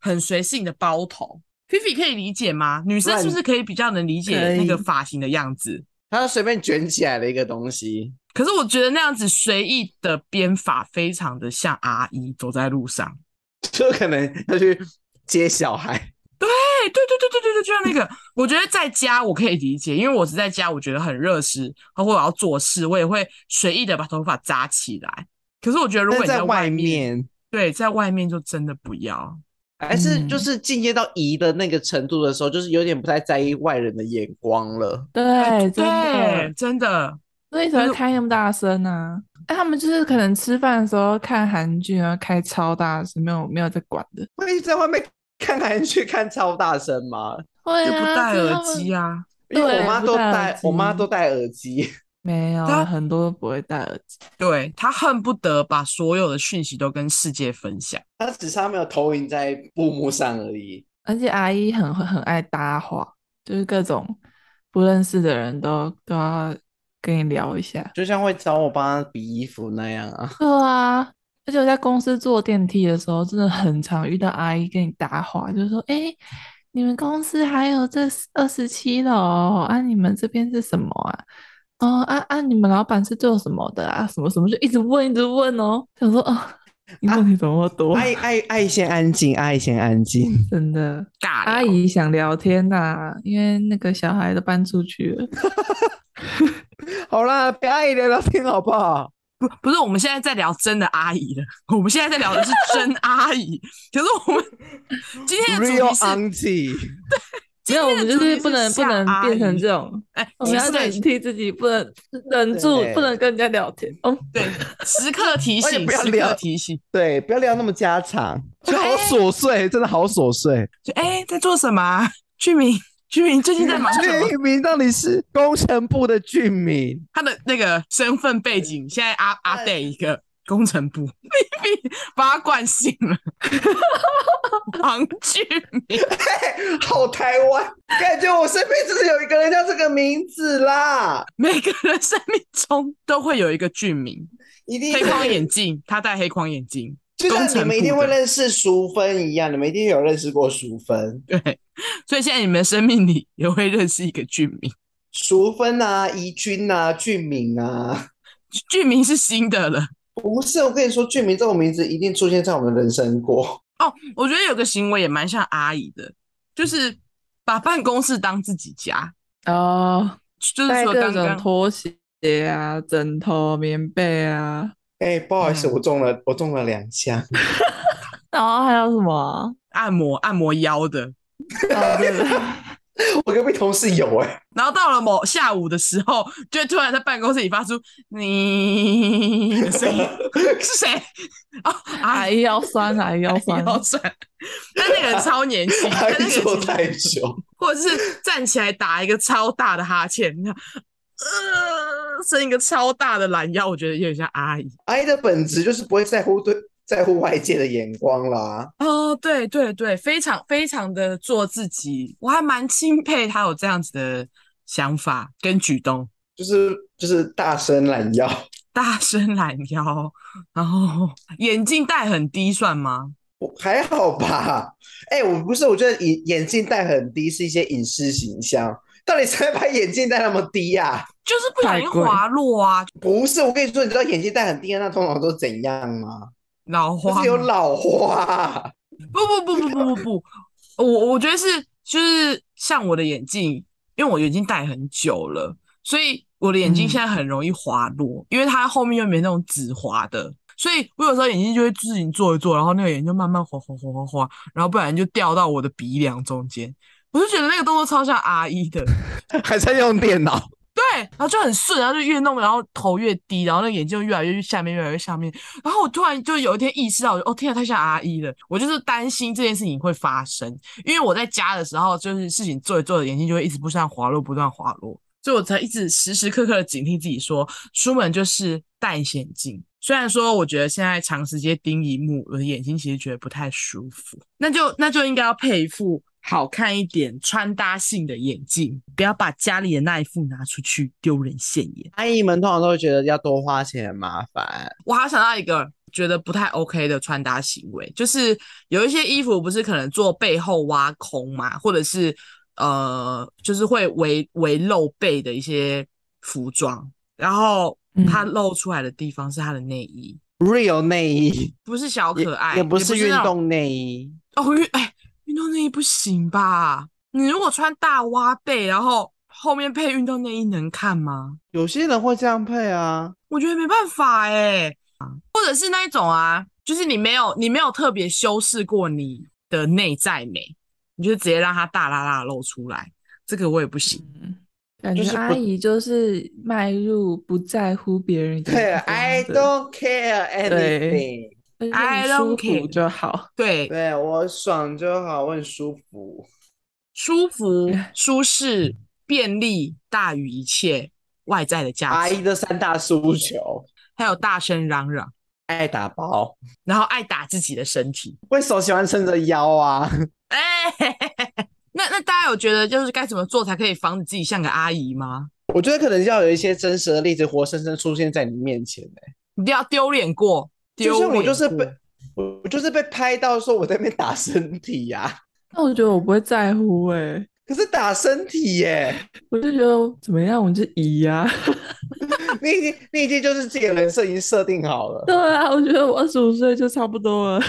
A: 很随性的包头。菲菲可以理解吗？女生是不是可以比较能理解
C: 可以
A: 那个发型的样子？
B: 他随便卷起来的一个东西，
A: 可是我觉得那样子随意的编法非常的像阿姨走在路上。
B: 就可能要去接小孩。
A: 对对对对对对对，就像那个，我觉得在家我可以理解，因为我是在家，我觉得很热湿，或者我要做事，我也会随意的把头发扎起来。可是我觉得如果
B: 但
A: 你
B: 在
A: 外
B: 外面，
A: 对，在外面就真的不要。
B: 还是
C: 嗯
B: 就是进阶到姨的那个程度的时候，就是有点不太在意外人的眼光了。
C: 对，真的
A: 哎对，，真的，
C: 所以才
A: 就
C: 会
A: 是
C: 开那么大声啊！哎，他们就是可能吃饭的时候看韩剧，然后开超大声，没有没有在管的。
B: 我一直在外面看韩剧看超大声嘛，
C: 对
A: 就不
C: 啊，
A: 戴
C: 就是
A: 耳
C: 他们
A: 机啊。
B: 因为
C: 对
B: 我妈
C: 不
B: 都
C: 戴耳
B: 戴，我妈
C: 机
B: 都戴耳机。 *laughs*
C: 没有
A: 他
C: 很多都不会戴耳机。
A: 对他恨不得把所有的讯息都跟世界分享。
B: 他只差没有投影在布幕上而已。
C: 而且阿姨很会很爱搭话，就是各种不认识的人都都要跟你聊一下。
B: 就像会找我帮他比衣服那样啊，
C: 对啊，而且我在公司坐电梯的时候，真的很常遇到阿姨跟你搭话，就是说：“哎、你们公司还有这二十七楼哦啊，你们这边是什么啊？”哦啊啊！你们老板是做什么的啊？什么什么就一直问，一直问哦。想说哦，你问题怎么那么多？
B: *laughs* 爱爱爱先安静，爱先安静。 *laughs*
C: 真的。
A: 尬
C: 阿
A: 聊，
C: 姨想聊天呐、因为那个小孩都搬出去了。
B: 好啦，陪阿姨聊聊天好不好？
A: 不不是我们现在在聊真的阿姨了，我们现在在聊的是真阿姨。 *laughs* 可是我们今天的主
B: Real
A: 题是，
B: auntie，
A: 今
C: 没有，我
A: 天
C: 们
A: 的
C: 就
A: 主题
C: 是
A: 是
C: 不能不
A: 像
C: 能
A: 阿
C: 变成
A: 姨
C: 这种，
A: 哎，
C: 我们要
A: 时刻
C: 警惕自己，不能忍住，不能跟人家聊天。哦，
A: 对时刻提
B: 而且
A: 醒，
B: 不要
A: 时刻
B: 聊
A: 提醒。
B: 对，不要聊那么家常，
A: 哎
B: 就好琐碎，真的好琐碎。
A: 就哎、在做什么啊？居民，居民最近
B: *laughs*
A: 在忙什么？
B: 俊明到底是工程部的俊明，
A: 他的那个身份背景，现在阿阿
B: 对
A: đệ 一个工程部， *laughs* 秘密把他惯醒了。 *laughs* 王俊明，
B: 好台湾，感觉我身边真的有一个人叫这个名字啦，
A: 每个人生命中都会有一个
B: *laughs*
A: 俊明。
B: 一定
A: 黑框眼镜，他戴黑框眼镜，
B: 就
A: 工
B: 像
A: 程
B: 你们一
A: 部
B: 定
A: 的
B: 会认识淑芬一样，你们一定有认识过淑芬。
A: 对，所以现在你们的生命里也会认识一个俊明。
B: 淑芬啊，怡君啊，俊明啊，
A: 俊明是新的了。
B: 不是，我跟你说，俊明这种名字一定出现在我们的人生过。
A: 哦，我觉得有个行为也蛮像阿姨的，
C: 嗯
A: 就是把办公室当自己家，
C: 哦，
A: 就是
C: 带
A: 说
C: 各
A: 刚
C: 种
A: 刚
C: 拖鞋啊、枕头、棉被啊，
B: 哎、不好意思，
A: 嗯
B: 我中了，我中了两枪。
C: 然后还有什么 *laughs* 啊？
A: 按摩按摩腰的，
C: 哦，对对，
B: 我隔壁同事有
A: *laughs*
B: 哎、
A: 然后到了某下午的时候，就会突然在办公室里发出你的
C: *laughs*
A: 声音，是谁？哦，阿
C: 阿
A: 姨
C: 姨腰酸，阿姨腰
A: 阿
C: 酸
A: 姨，腰酸，但那个人超年
C: *laughs*
A: 轻，
B: 还
A: 但那个人
B: 坐
A: 其实
B: 太久，
A: 或者是站起来打一个超大的哈欠，你看呃，伸一个超大的懒腰，我觉得有点像阿姨。
B: 阿姨的本质就是不会在乎对在乎外界的眼光啦。
A: 哦，对对对，非常非常的做自己，我还蛮钦佩他有这样子的想法跟举动，
B: 就是就是大声懒腰， *laughs*
A: 大伸懒腰，然后眼镜戴很低算吗？
B: 我还好吧？ *laughs* 哎、我不是，我觉得眼眼镜戴很低是一些隐私形象，到底谁会把眼镜戴那么低呀、
A: 就是不小心
C: 太贵
A: 滑落啊，
B: 不是，我跟你说，你知道眼镜戴很低的那通常都怎样吗？
A: 老
B: 就
A: 花
B: 是有
A: 吗
B: 老花，
A: 不不不不不不不，我我觉得是就是像我的眼镜，因为我眼镜戴很久了，所以我的眼镜
C: 嗯
A: 现在很容易滑落，因为它后面又没那种止滑的，所以我有时候眼睛就会自己做一做，然后那个眼睛就慢慢滑滑滑滑滑，然后不然就掉到我的鼻梁中间，我就觉得那个动作超像阿姨的，
B: *laughs* 还在用电脑。
A: 对，然后就很顺，然后就越弄，然后头越低，然后那个眼镜就越来越下面，越来越下面。然后我突然就有一天意识到，我就哦天啊，太像阿姨了！我就是担心这件事情会发生，因为我在家的时候，就是事情做着做着，眼睛就会一直不断滑落，不断滑落，所以我才一直时时刻刻的警惕自己说，出门就是戴眼镜。虽然说我觉得现在长时间盯荧幕，我的眼睛其实觉得不太舒服，那就那就应该要配一副好看一点、穿搭性的眼镜，不要把家里的那一副拿出去丢人现眼。
B: 阿姨们通常都会觉得要多花钱很麻烦，
A: 我还想到一个觉得不太 OK 的穿搭行为，就是有一些衣服不是可能做背后挖空嘛，或者是呃，就是会围围露背的一些服装，然后它
B: 嗯
A: 露出来的地方是它的内衣，
B: real 内衣
A: 不是小可爱，
B: 也不
A: 是
B: 是运
A: 那种
B: 动内衣，
A: 哦，运哎，运动内衣不行吧？你如果穿大挖背，然后后面配运动内衣，能看吗？
B: 有些人会这样配啊。
A: 我觉得没办法哎、或者是那一种啊，就是你没有你没有特别修饰过你的内在美，你就直接让它大啦啦地露出来，这个我也不行。
C: 嗯感
B: 就
C: 觉
B: 是不
C: 阿姨就是迈入不在乎别人眼
A: *laughs*
B: 对
C: 光
B: ，I
C: 的
B: don't care
C: 对
B: anything，
C: 而且
A: I
C: 你
A: don't
C: 舒
A: care
C: 服就好。
A: 对，
B: 对我爽就好，我很舒服。
A: 舒
B: *laughs*
A: 服
C: 哎、
A: 舒适、便利大于一切外在的价
B: 阿
A: 值，
B: 姨的三大诉求：
A: 还有大声嚷嚷，
B: 爱打包，
A: 然后爱打自己的身体。
B: 为手喜欢撑着腰啊。 *laughs*
A: 哎、 *laughs* 嘿嘿嘿嘿那那大家有觉得就是该怎么做才可以防止自己像个阿姨吗？
B: 我觉得可能要有一些真实的例子，活生生出现在你面前、欸。
A: 一定要丢脸过，
B: 就
A: 丢
B: 像
A: 脸
B: 我就是
A: 过
B: 被我我就是被拍到说我在那边打身体呀、
C: 那我觉得我不会在乎哎、
B: 可是打身体耶、 *laughs*
C: 我就觉得怎么样，我就移啊呀、
B: 你已经你已经就是自己的人设已经设定好了，
C: *laughs* 对啊，我觉得我二十五岁就差不多了，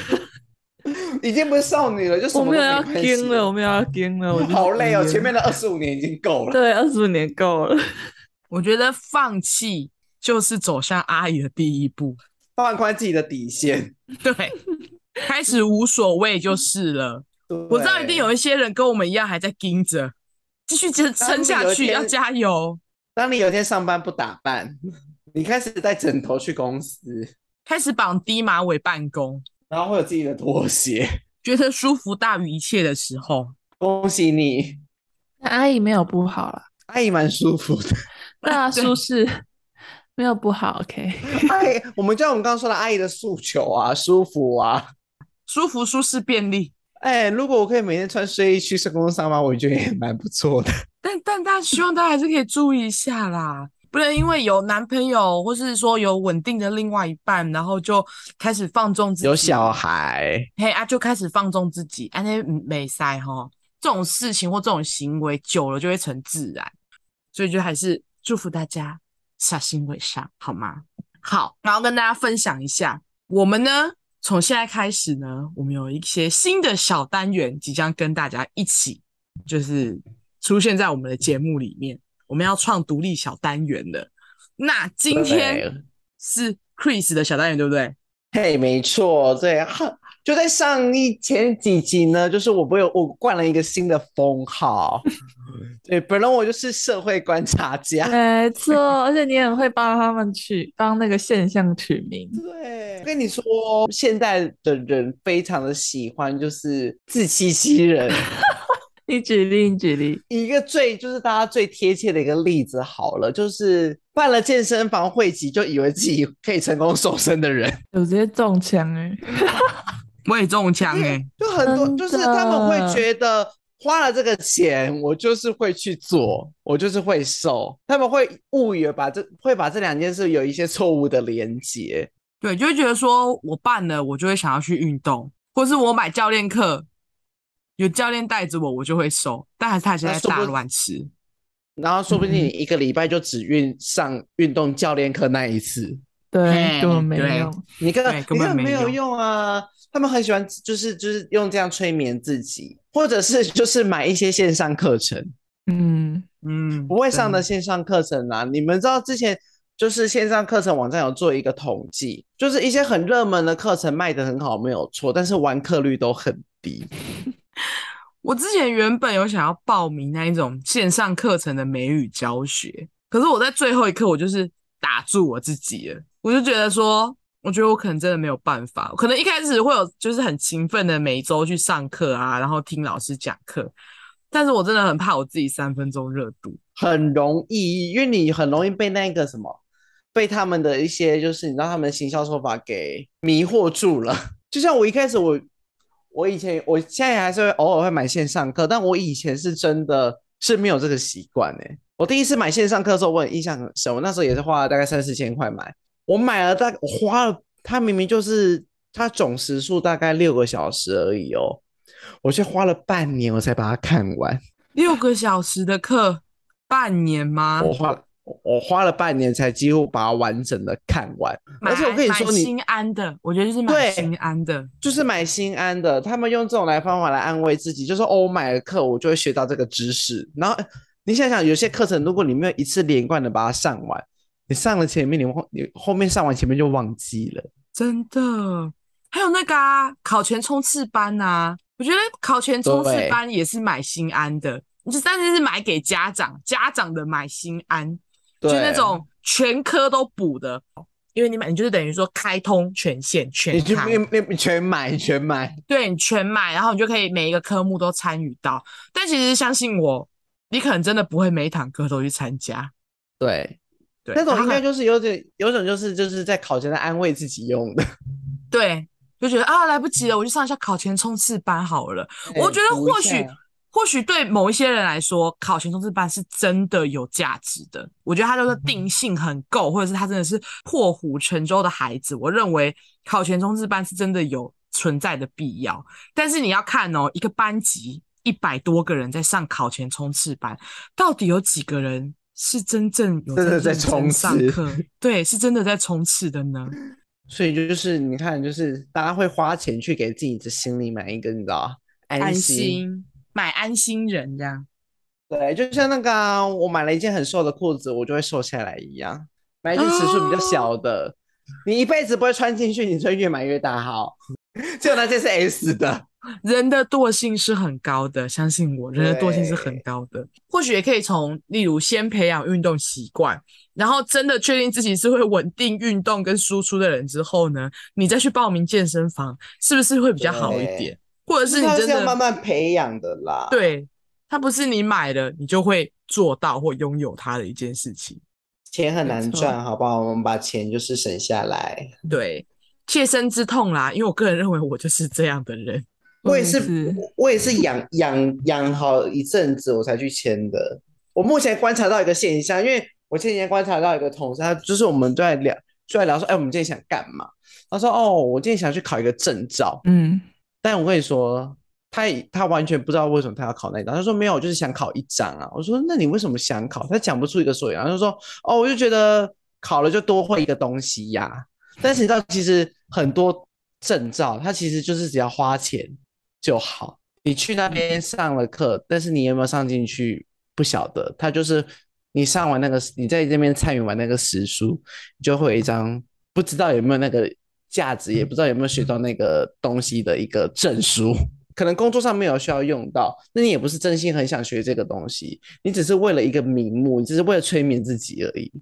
B: 已经不是少女了，就什
C: 我
B: 么都
C: 没有要
B: 关系
C: 跟了，我没有要跟了，我就是
B: 好累哦，
C: 移了
B: 前面的二十五年已经够了。
C: *laughs* 对二十五年够了。
A: 我觉得放弃就是走向阿姨的第一步，
B: 放宽自己的底线。
A: 对，开始无所谓就是了。我
B: 我
A: 知道一定有一些人跟我们一样还在盯着，继续撑
B: 当你
A: 撑下
B: 有一
A: 去，
B: 天
A: 要加油，
B: 当你有一天上班不打扮，你开始带枕头去公司，
A: 开始绑低马尾办公，
B: 然后会有自己的拖鞋。
A: 觉得舒服大于一切的时候，
B: 恭喜你，
C: 那 *laughs* 阿姨没有不好 *laughs* 啦，
B: 阿姨蛮舒服
A: *laughs*
B: 的。
C: 大
A: 对
C: 啊舒适 *laughs* 没有不好，OK。
B: 阿姨，我们就像我们刚刚说的，阿姨的诉求啊， *laughs* 舒服啊。
A: 舒服、舒适、便利。
B: 哎，如果我可以每天穿睡衣去上公司上班，我觉得也蛮不错
A: *laughs*
B: 的。
A: 但但大家希望大家还是可以注意一下啦，不能因为有男朋友或是说有稳定的另外一半，然后就开始放纵自己，
B: 有小孩，
A: 嘿啊，就开始放纵自己，啊，那没塞哈，这种事情或这种行为久了就会成自然，所以就还是祝福大家小心为上，好吗？好，然后跟大家分享一下，我们呢从现在开始呢，我们有一些新的小单元即将跟大家一起，就是出现在我们的节目里面，我们要创独立小单元了。那今天
B: 对
A: 是 Chris 的小单元，对不对？
B: 嘿，没错，对，哈就在上一前几集呢，就是我不有我冠了一个新的封 *laughs* 号，对，本来我就是社会观察家，
C: *laughs* 没错，而且你很会帮他们取帮那个现象取名，
B: 对，我跟你说，现在的人非常的喜欢就是自欺欺人，
C: 你举例，你举例，
B: 以一个最就是大家最贴切的一个例子好了，就是办了健身房会籍就以为自己可以成功瘦身的 *laughs* 人，
C: 我直接中枪哎、
A: 我也中
B: 嗯
A: 枪哎、
B: 就很多
C: 真
B: 就是他们
C: 的
B: 会觉得花了这个钱，我就是会去做，我就是会瘦，他们会误以为把这会把这两件事有一些错误的连接。
A: 对，就会觉得说我办了，我就会想要去运动，或是我买教练课，有教练带着我，我就会瘦，但还是他现
B: 那
A: 在
B: 说
A: 大
B: 不
A: 乱吃。
B: 然后说不定你一个礼拜就只运上运动教练课那一次，
C: 对，根本没
A: 对
C: 用。
B: 你根
A: 对
B: 本
A: 根
B: 你根
A: 本
B: 本
A: 没
B: 没有
A: 用
B: 用啊！他们很喜欢就是就是用这样催眠自己，或者是就是买一些线上课程，
C: 嗯，
A: 嗯，
B: 不会上的
A: 真
B: 线上课程啊。你们知道之前就是线上课程网站有做一个统计，就是一些很热门的课程卖得很好没有错，但是完课率都很低。
A: 我之前原本有想要报名那一种线上课程的美语教学，可是我在最后一刻我就是打住我自己了，我就觉得说，我觉得我可能真的没有办法，可能一开始会有就是很勤奋的每周去上课啊，然后听老师讲课，但是我真的很怕我自己三分钟热度。
B: 很容易，因为你很容易被那个什么，被他们的一些就是你知道他们的行销手法给迷惑住了。 *laughs* 就像我一开始我，我以前我现在还是会偶尔会买线上课，但我以前是真的是没有这个习惯诶。我第一次买线上课的时候，我很印象很深，我那时候也是花了大概三四千块买，我买了大概我花了，它明明就是它总时数大概六个小时而已哦，我却花了半年我才把它看完。
A: 六个小时的课，半年吗？
B: 我花了我花了半年才几乎把它完整的看完，
A: 买
B: 而且我跟你说
A: 买
B: 你，
A: 心安的，我觉得就是买
B: 对
A: 心安的。
B: 就是买心安的，他们用这种来方法来安慰自己，就说哦，我买了课，我就会学到这个知识。然后你想想，有些课程如果你没有一次连贯的把它上完，你上了前面，你后你后面上完前面就忘记了。
A: 真的，还有那个啊，考前冲刺班啊，我觉得考前冲刺
B: 对
A: 班也是买心安的，就但是是买给家长，家长的买心安，就
B: 对，
A: 那种全科都补的，因为你买，你就是等于说开通全线全
B: 你就
A: 开，
B: 你你全买你全买，
A: 对你全买，然后你就可以每一个科目都参与到。但其实相信我，你可能真的不会每一堂课都去参加，
B: 对，
A: 对，
B: 那
A: 然
B: 种
A: 后
B: 应
A: 可能
B: 该就是有点有种就是就是在考前在安慰自己用的。
A: 对，就觉得啊来不及了，我去上一下考前冲刺班好了。我觉得
B: 补一
A: 或许
B: 下
A: 或许对某一些人来说，考前冲刺班是真的有价值的。我觉得他就是
B: 嗯
A: 定性很够，或者是他真的是破釜沉舟的孩子。我认为考前冲刺班是真的有存在的必要。但是你要看哦，一个班级一百多个人在上考前冲刺班，到底有几个人是真正有
B: 真的在
A: 认真
B: 冲
A: 上
B: 刺
A: 课？对，是真的在冲刺的呢？
B: 所以就是你看，就是大家会花钱去给自己的心里买一个，你知道安
A: 安心买安心人这样。
B: 对，就像那个啊、我买了一件很瘦的裤子，我就会瘦下来一样。买一件
A: 哦
B: 尺寸比较小的，你一辈子不会穿进去，你只会越买越大号。 *laughs* 只有那件是 S
A: *laughs*
B: 的，
A: 人的惰性是很高的，相信我，人的惰性是很高的。或许也可以从，例如先培养运动习惯，然后真的确定自己是会稳定运动跟输出的人之后呢，你再去报名健身房，是不是会比较好一点？或者是你
B: 它
A: 真
B: 是要
A: 的
B: 慢慢培养的啦。，
A: 对它不是你买了你就会做到或拥有它的一件事情。
B: 钱很
C: 没
B: 难
C: 错
B: 赚，好不好？我们把钱就是省下来。
A: 对，切身之痛啦，因为我个人认为我就是这样的人。
B: 我也
C: 也
B: 是，我我也是养 *laughs* 养养好一阵子，我才去签的。我目前观察到一个现象，因为我前几天观察到一个同事，他就是我们都在聊，就在聊说，哎、我们今天想干嘛？他说，哦，我今天想去考一个证照。
C: 嗯，
B: 但我跟你说，他也他完全不知道为什么他要考那一张。他说没有，我就是想考一张啊。我说那你为什么想考？他讲不出一个所以然。他就说哦，我就觉得考了就多会一个东西呀、但是你知道，其实很多证照，它其实就是只要花钱就好。你去那边上了课，但是你有没有上进去不晓得。他就是你上完那个，你在这边参与完那个时数，你就会有一张不知道有没有那个价值，也不知道有没有学到那个东西的一个证书。可能工作上没有需要用到，那你也不是真心很想学这个东西，你只是为了一个名目，你只是为了催眠自己而已。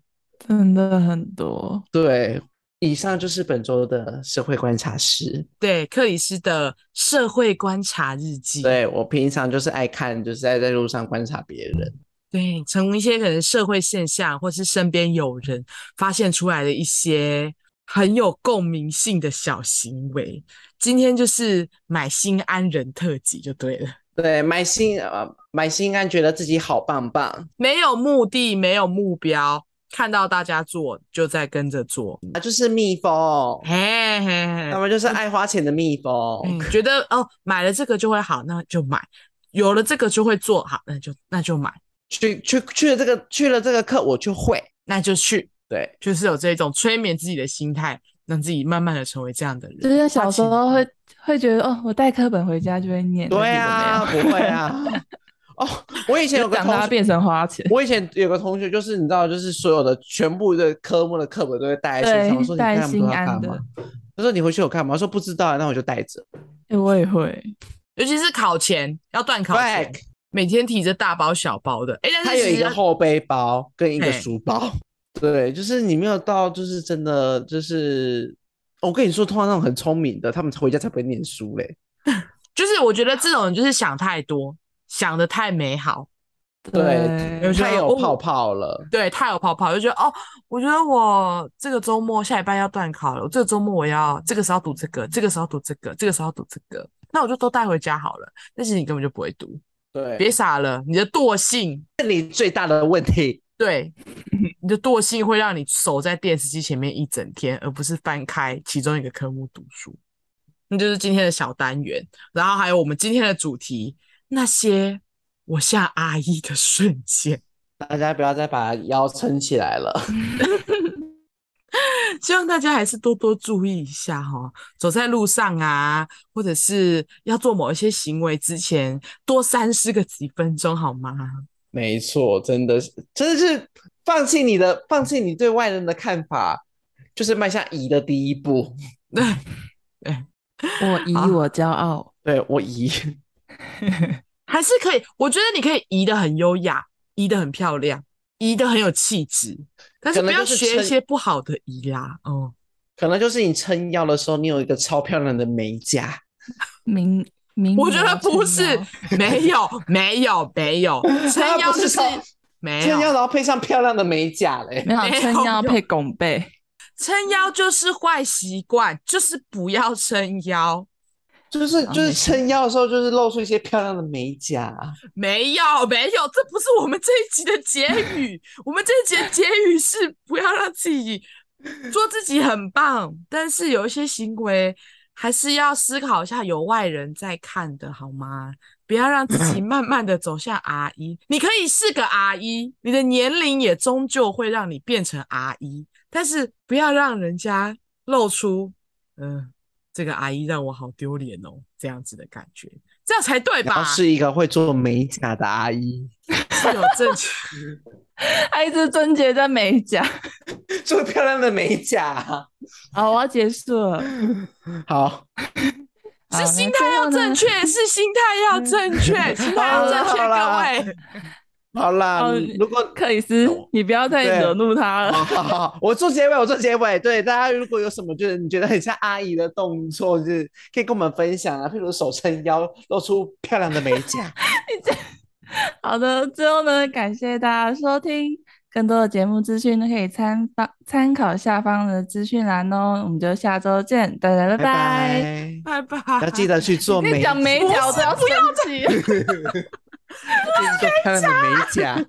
C: 真的很多。
B: 对，以上就是本周的社会观察师。
A: 对，克里斯的社会观察日记，
B: 对我平常就是爱看，就是在在路上观察别人。
A: 对，从一些可能社会现象或是身边有人发现出来的一些很有共鸣性的小行为。今天就是买心安人特辑就对了，
B: 对，买心呃买心安，觉得自己好棒棒
A: 没有目的，没有目标，看到大家做就在跟着做，
B: 啊，就是蜜蜂，
A: 嘿嘿嘿
C: 嗯
B: 他。们就是爱花钱的蜜蜂
A: 嗯。，觉得哦买了这个就会好，那就买；有了这个就会做好，那就那就买，
B: 去去去了这个去了这个课，我就会。
A: 那就去，
B: 对，
A: 就是有这种催眠自己的心态，让自己慢慢的成为这样的
C: 就
A: 人。
C: 是小
A: 花
C: 时
A: 钱
C: 候会会觉得哦，我带课本回家就会念，
B: 对啊，
C: 啊，
B: 不会啊。
C: *laughs*
B: 哦，我以前有
C: 就
B: 个
C: 长
B: 同
C: 大
B: 学，
C: 变成花钱，
B: 我以前有个同学，就是你知道，就是所有的全部的科目的课本都会带在身上。
C: 对
B: 我说你
C: 带
B: 看他们都要
C: 心安
B: 干嘛
C: 的？
B: 他说你回去有看吗？我说不知道，那我就带着。
C: 哎我也会，
A: 尤其是考前要断考前
B: 对，，
A: 每天提着大包小包的，哎、
B: 它
A: 但是
B: 有
A: 其
B: 一
A: 实
B: 个后背包跟一个
A: 嘿
B: 书包。对，就是你没有到，就是真的，就是我跟你说，通常那种很聪明的，他们回家才不会念书嘞。
A: 就是我觉得这种人就是想太多，想的太美好，
B: 对
A: 有时候
B: 太有
A: 哦
B: 泡泡了。
A: 对，太有泡泡，就觉得哦，我觉得我这个周末下礼拜要断考了，我这个周末我要这个时候读这个，这个时候读这个，这个时候读这个，那我就都带回家好了。但是你根本就不会读，
B: 对，
A: 别傻了，你的惰性，
B: 这里最大的问题，
A: 对，你的惰性会让你守在电视机前面一整天，而不是翻开其中一个科目读书。那就是今天的小单元，然后还有我们今天的主题，那些我像阿姨的瞬间。 *laughs*
B: 大家不要再把腰撑起来了。 *laughs*
A: 希望大家还是多多注意一下哈、走在路上啊，或者是要做某一些行为之前，多三思个几分钟好吗？ *laughs*
B: 没错，真的是，真的是放弃你的，放弃你对外人的看法，就是迈向移的第一步。
A: 对，
C: 我以
A: 好
C: 我骄傲，
B: 对我移，
A: 还是可以，我觉得你可以移得很优雅，移得很漂亮，移得很有气质，但是
B: 可
A: 不
B: 能
A: 要
B: 就是
A: 学一
B: 撑
A: 些不好的移啦。哦，
B: *laughs* 可能就是你撑腰的时候，你有一个超漂亮的美甲。
C: 明明
A: 我觉得
C: 眸
A: 不
C: 清
A: 是
C: 瑶，
A: 没有， *laughs* 没有，没有，撑腰
B: 不是
A: 就是
B: 超
A: 没
B: 撑腰，
A: 有，
B: 然后配上漂亮的美甲嘞。
C: 没有
A: 没
C: 撑
A: 有
C: 腰
A: 用
C: 配拱背，
A: 撑腰就是坏习惯，就是不要撑腰。
B: *laughs* 就是
C: 啊
B: 就是
C: 没事
B: 撑腰的时候，就是露出一些漂亮的美甲。啊
A: 没有，没有，这不是我们这一集的结语。我们这一集的结语是不要让自己做自己很棒，但是有一些行为还是要思考一下，有外人在看的好吗？不要让自己慢慢的走向阿姨。你可以是个阿姨，你的年龄也终究会让你变成阿姨，但是不要让人家露出，嗯、这个阿姨让我好丢脸哦，这样子的感觉，这样才对
B: 然后
A: 吧？
B: 是一个会做美甲的阿姨，
A: 是有正确，
C: 还一直贞洁在美 *laughs* 甲。
B: 做漂亮的美甲。
C: 好，哦我要结束了。
B: *laughs* 好，
C: 好
B: 啊
A: 是
C: 那
A: 心
C: 最
A: 态
C: 后
A: 要
C: 呢
A: 正确，是心态要正
B: *laughs*
A: 确，心态要正确，
B: 好啦
A: 各位。
B: 好啦
C: 哦，
B: 如果
C: 克里斯，你不要再
B: 对
C: 惹怒他了。
B: 好好好，我做结尾，我做结尾。对大家，如果有什么就是你觉得很像阿姨的动作，就是可以跟我们分享啊，譬如手撑腰，露出漂亮的美甲。
C: *laughs* 好的，最后呢，感谢大家收听。更多的节目资讯呢，可以参方参考下方的资讯栏哦。我们就下周见，大家拜
B: 拜拜，
A: 拜拜。
B: 要记得去做
C: 你
B: 美，
C: 讲美
B: 记
C: 甲，我都要生气。
B: *laughs* 得去做漂亮的美甲。